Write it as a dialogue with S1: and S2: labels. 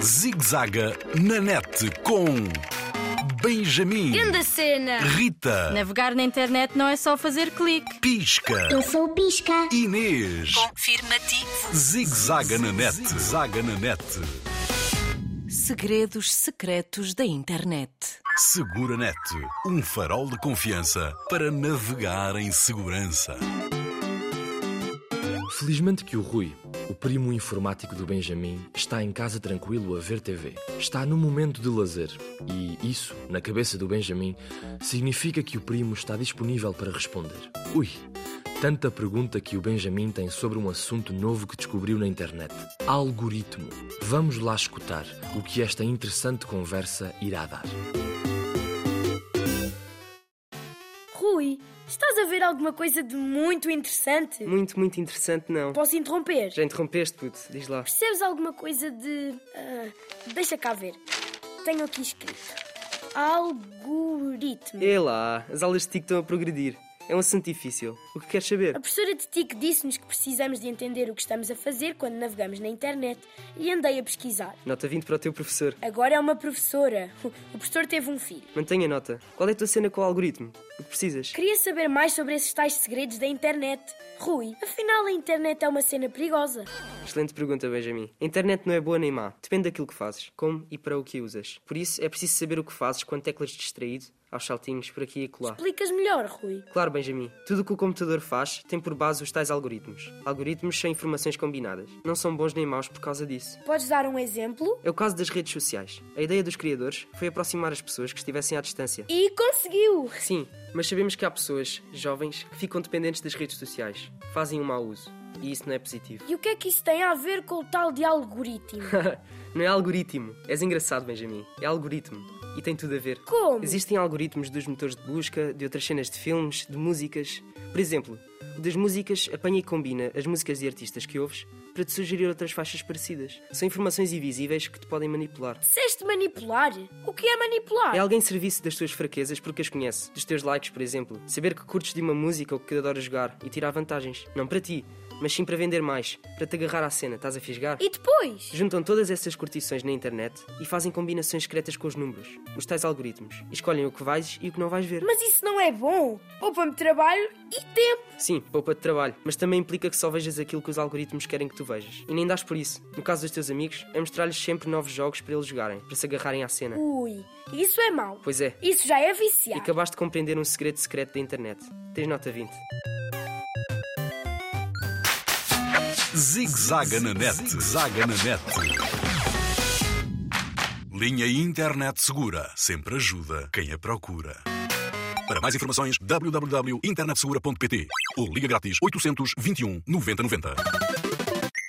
S1: Zigzaga na net com Benjamin,
S2: Grande cena!
S1: Rita,
S3: Navegar na internet não é só fazer clique.
S1: Pisca,
S4: Eu sou o Pisca.
S1: Inês.
S5: Confirmativo.
S1: Zigzaga na net, zaga na net.
S5: Segredos secretos da internet.
S1: Segura Net, um farol de confiança para navegar em segurança.
S6: Felizmente que o Rui, o primo informático do Benjamin, está em casa tranquilo a ver TV. Está num momento de lazer. E isso, na cabeça do Benjamin, significa que o primo está disponível para responder. Ui! Tanta pergunta que o Benjamin tem sobre um assunto novo que descobriu na internet: algoritmo. Vamos lá escutar o que esta interessante conversa irá dar.
S2: Rui, estás a ver alguma coisa de muito interessante?
S7: Muito, muito interessante, não.
S2: Posso interromper?
S7: Já interrompeste, puto, diz lá.
S2: Percebes alguma coisa de. ah, deixa cá ver. Tenho aqui escrito: Algoritmo.
S7: É lá, as aulas de TIC estão a progredir. É um assunto difícil. O que queres
S2: A
S7: saber?
S2: professora de TIC disse-nos que precisamos de entender o que estamos a fazer quando navegamos na internet e andei a pesquisar.
S7: Nota 20 para o teu professor.
S2: Agora é uma professora. O professor teve um filho.
S7: Mantenha a nota. Qual é a tua cena com o algoritmo? O que precisas?
S2: Queria saber mais sobre esses tais segredos da internet. Rui, afinal a internet é uma cena perigosa.
S7: Excelente pergunta, Benjamin. A internet não é boa nem má. Depende daquilo que fazes, como e para o que usas. Por isso, é preciso saber o que fazes quando teclas distraído, aos saltinhos, por aqui e colar.
S2: Explicas melhor, Rui.
S7: Claro, Benjamin. Tudo o que o computador faz tem por base os tais algoritmos. Algoritmos são informações combinadas. Não são bons nem maus por causa disso.
S2: Podes dar um exemplo?
S7: É o caso das redes sociais. A ideia dos criadores foi aproximar as pessoas que estivessem à distância.
S2: E conseguiu!
S7: Sim, mas sabemos que há pessoas, jovens, que ficam dependentes das redes sociais, fazem um mau uso. E isso não é positivo.
S2: E o que é que isso tem a ver com o tal de algoritmo?
S7: não é algoritmo. És engraçado, Benjamin. É algoritmo. E tem tudo a ver.
S2: Como?
S7: Existem algoritmos dos motores de busca, de outras cenas de filmes, de músicas. Por exemplo, o das músicas apanha e combina as músicas de artistas que ouves para te sugerir outras faixas parecidas. São informações invisíveis que te podem manipular.
S2: Disseste manipular? O que é manipular?
S7: É alguém serviço das tuas fraquezas porque as conhece, dos teus likes, por exemplo. Saber que curtes de uma música ou que adoras jogar e tirar vantagens. Não para ti, mas sim para vender mais, para te agarrar à cena, estás a fisgar?
S2: E depois?
S7: Juntam todas essas curtições na internet e fazem combinações secretas com os números, os tais algoritmos. E escolhem o que vais e o que não vais ver.
S2: Mas isso não é bom! Poupa-me trabalho e tempo!
S7: Sim, poupa-te trabalho, mas também implica que só vejas aquilo que os algoritmos querem que tu vejas. E nem dás por isso. No caso dos teus amigos, é mostrar-lhes sempre novos jogos para eles jogarem, para se agarrarem à cena.
S2: Ui, isso é mau!
S7: É. Pois é,
S2: Isso já é
S7: E
S2: viciar!
S7: acabaste de compreender um segredo secreto da internet. Tens nota 20.
S1: Zigzaga na net, zaga na net. Linha Internet Segura sempre ajuda quem a procura. Para mais um informações, www.internetsegura.pt ou liga grátis 821 9090.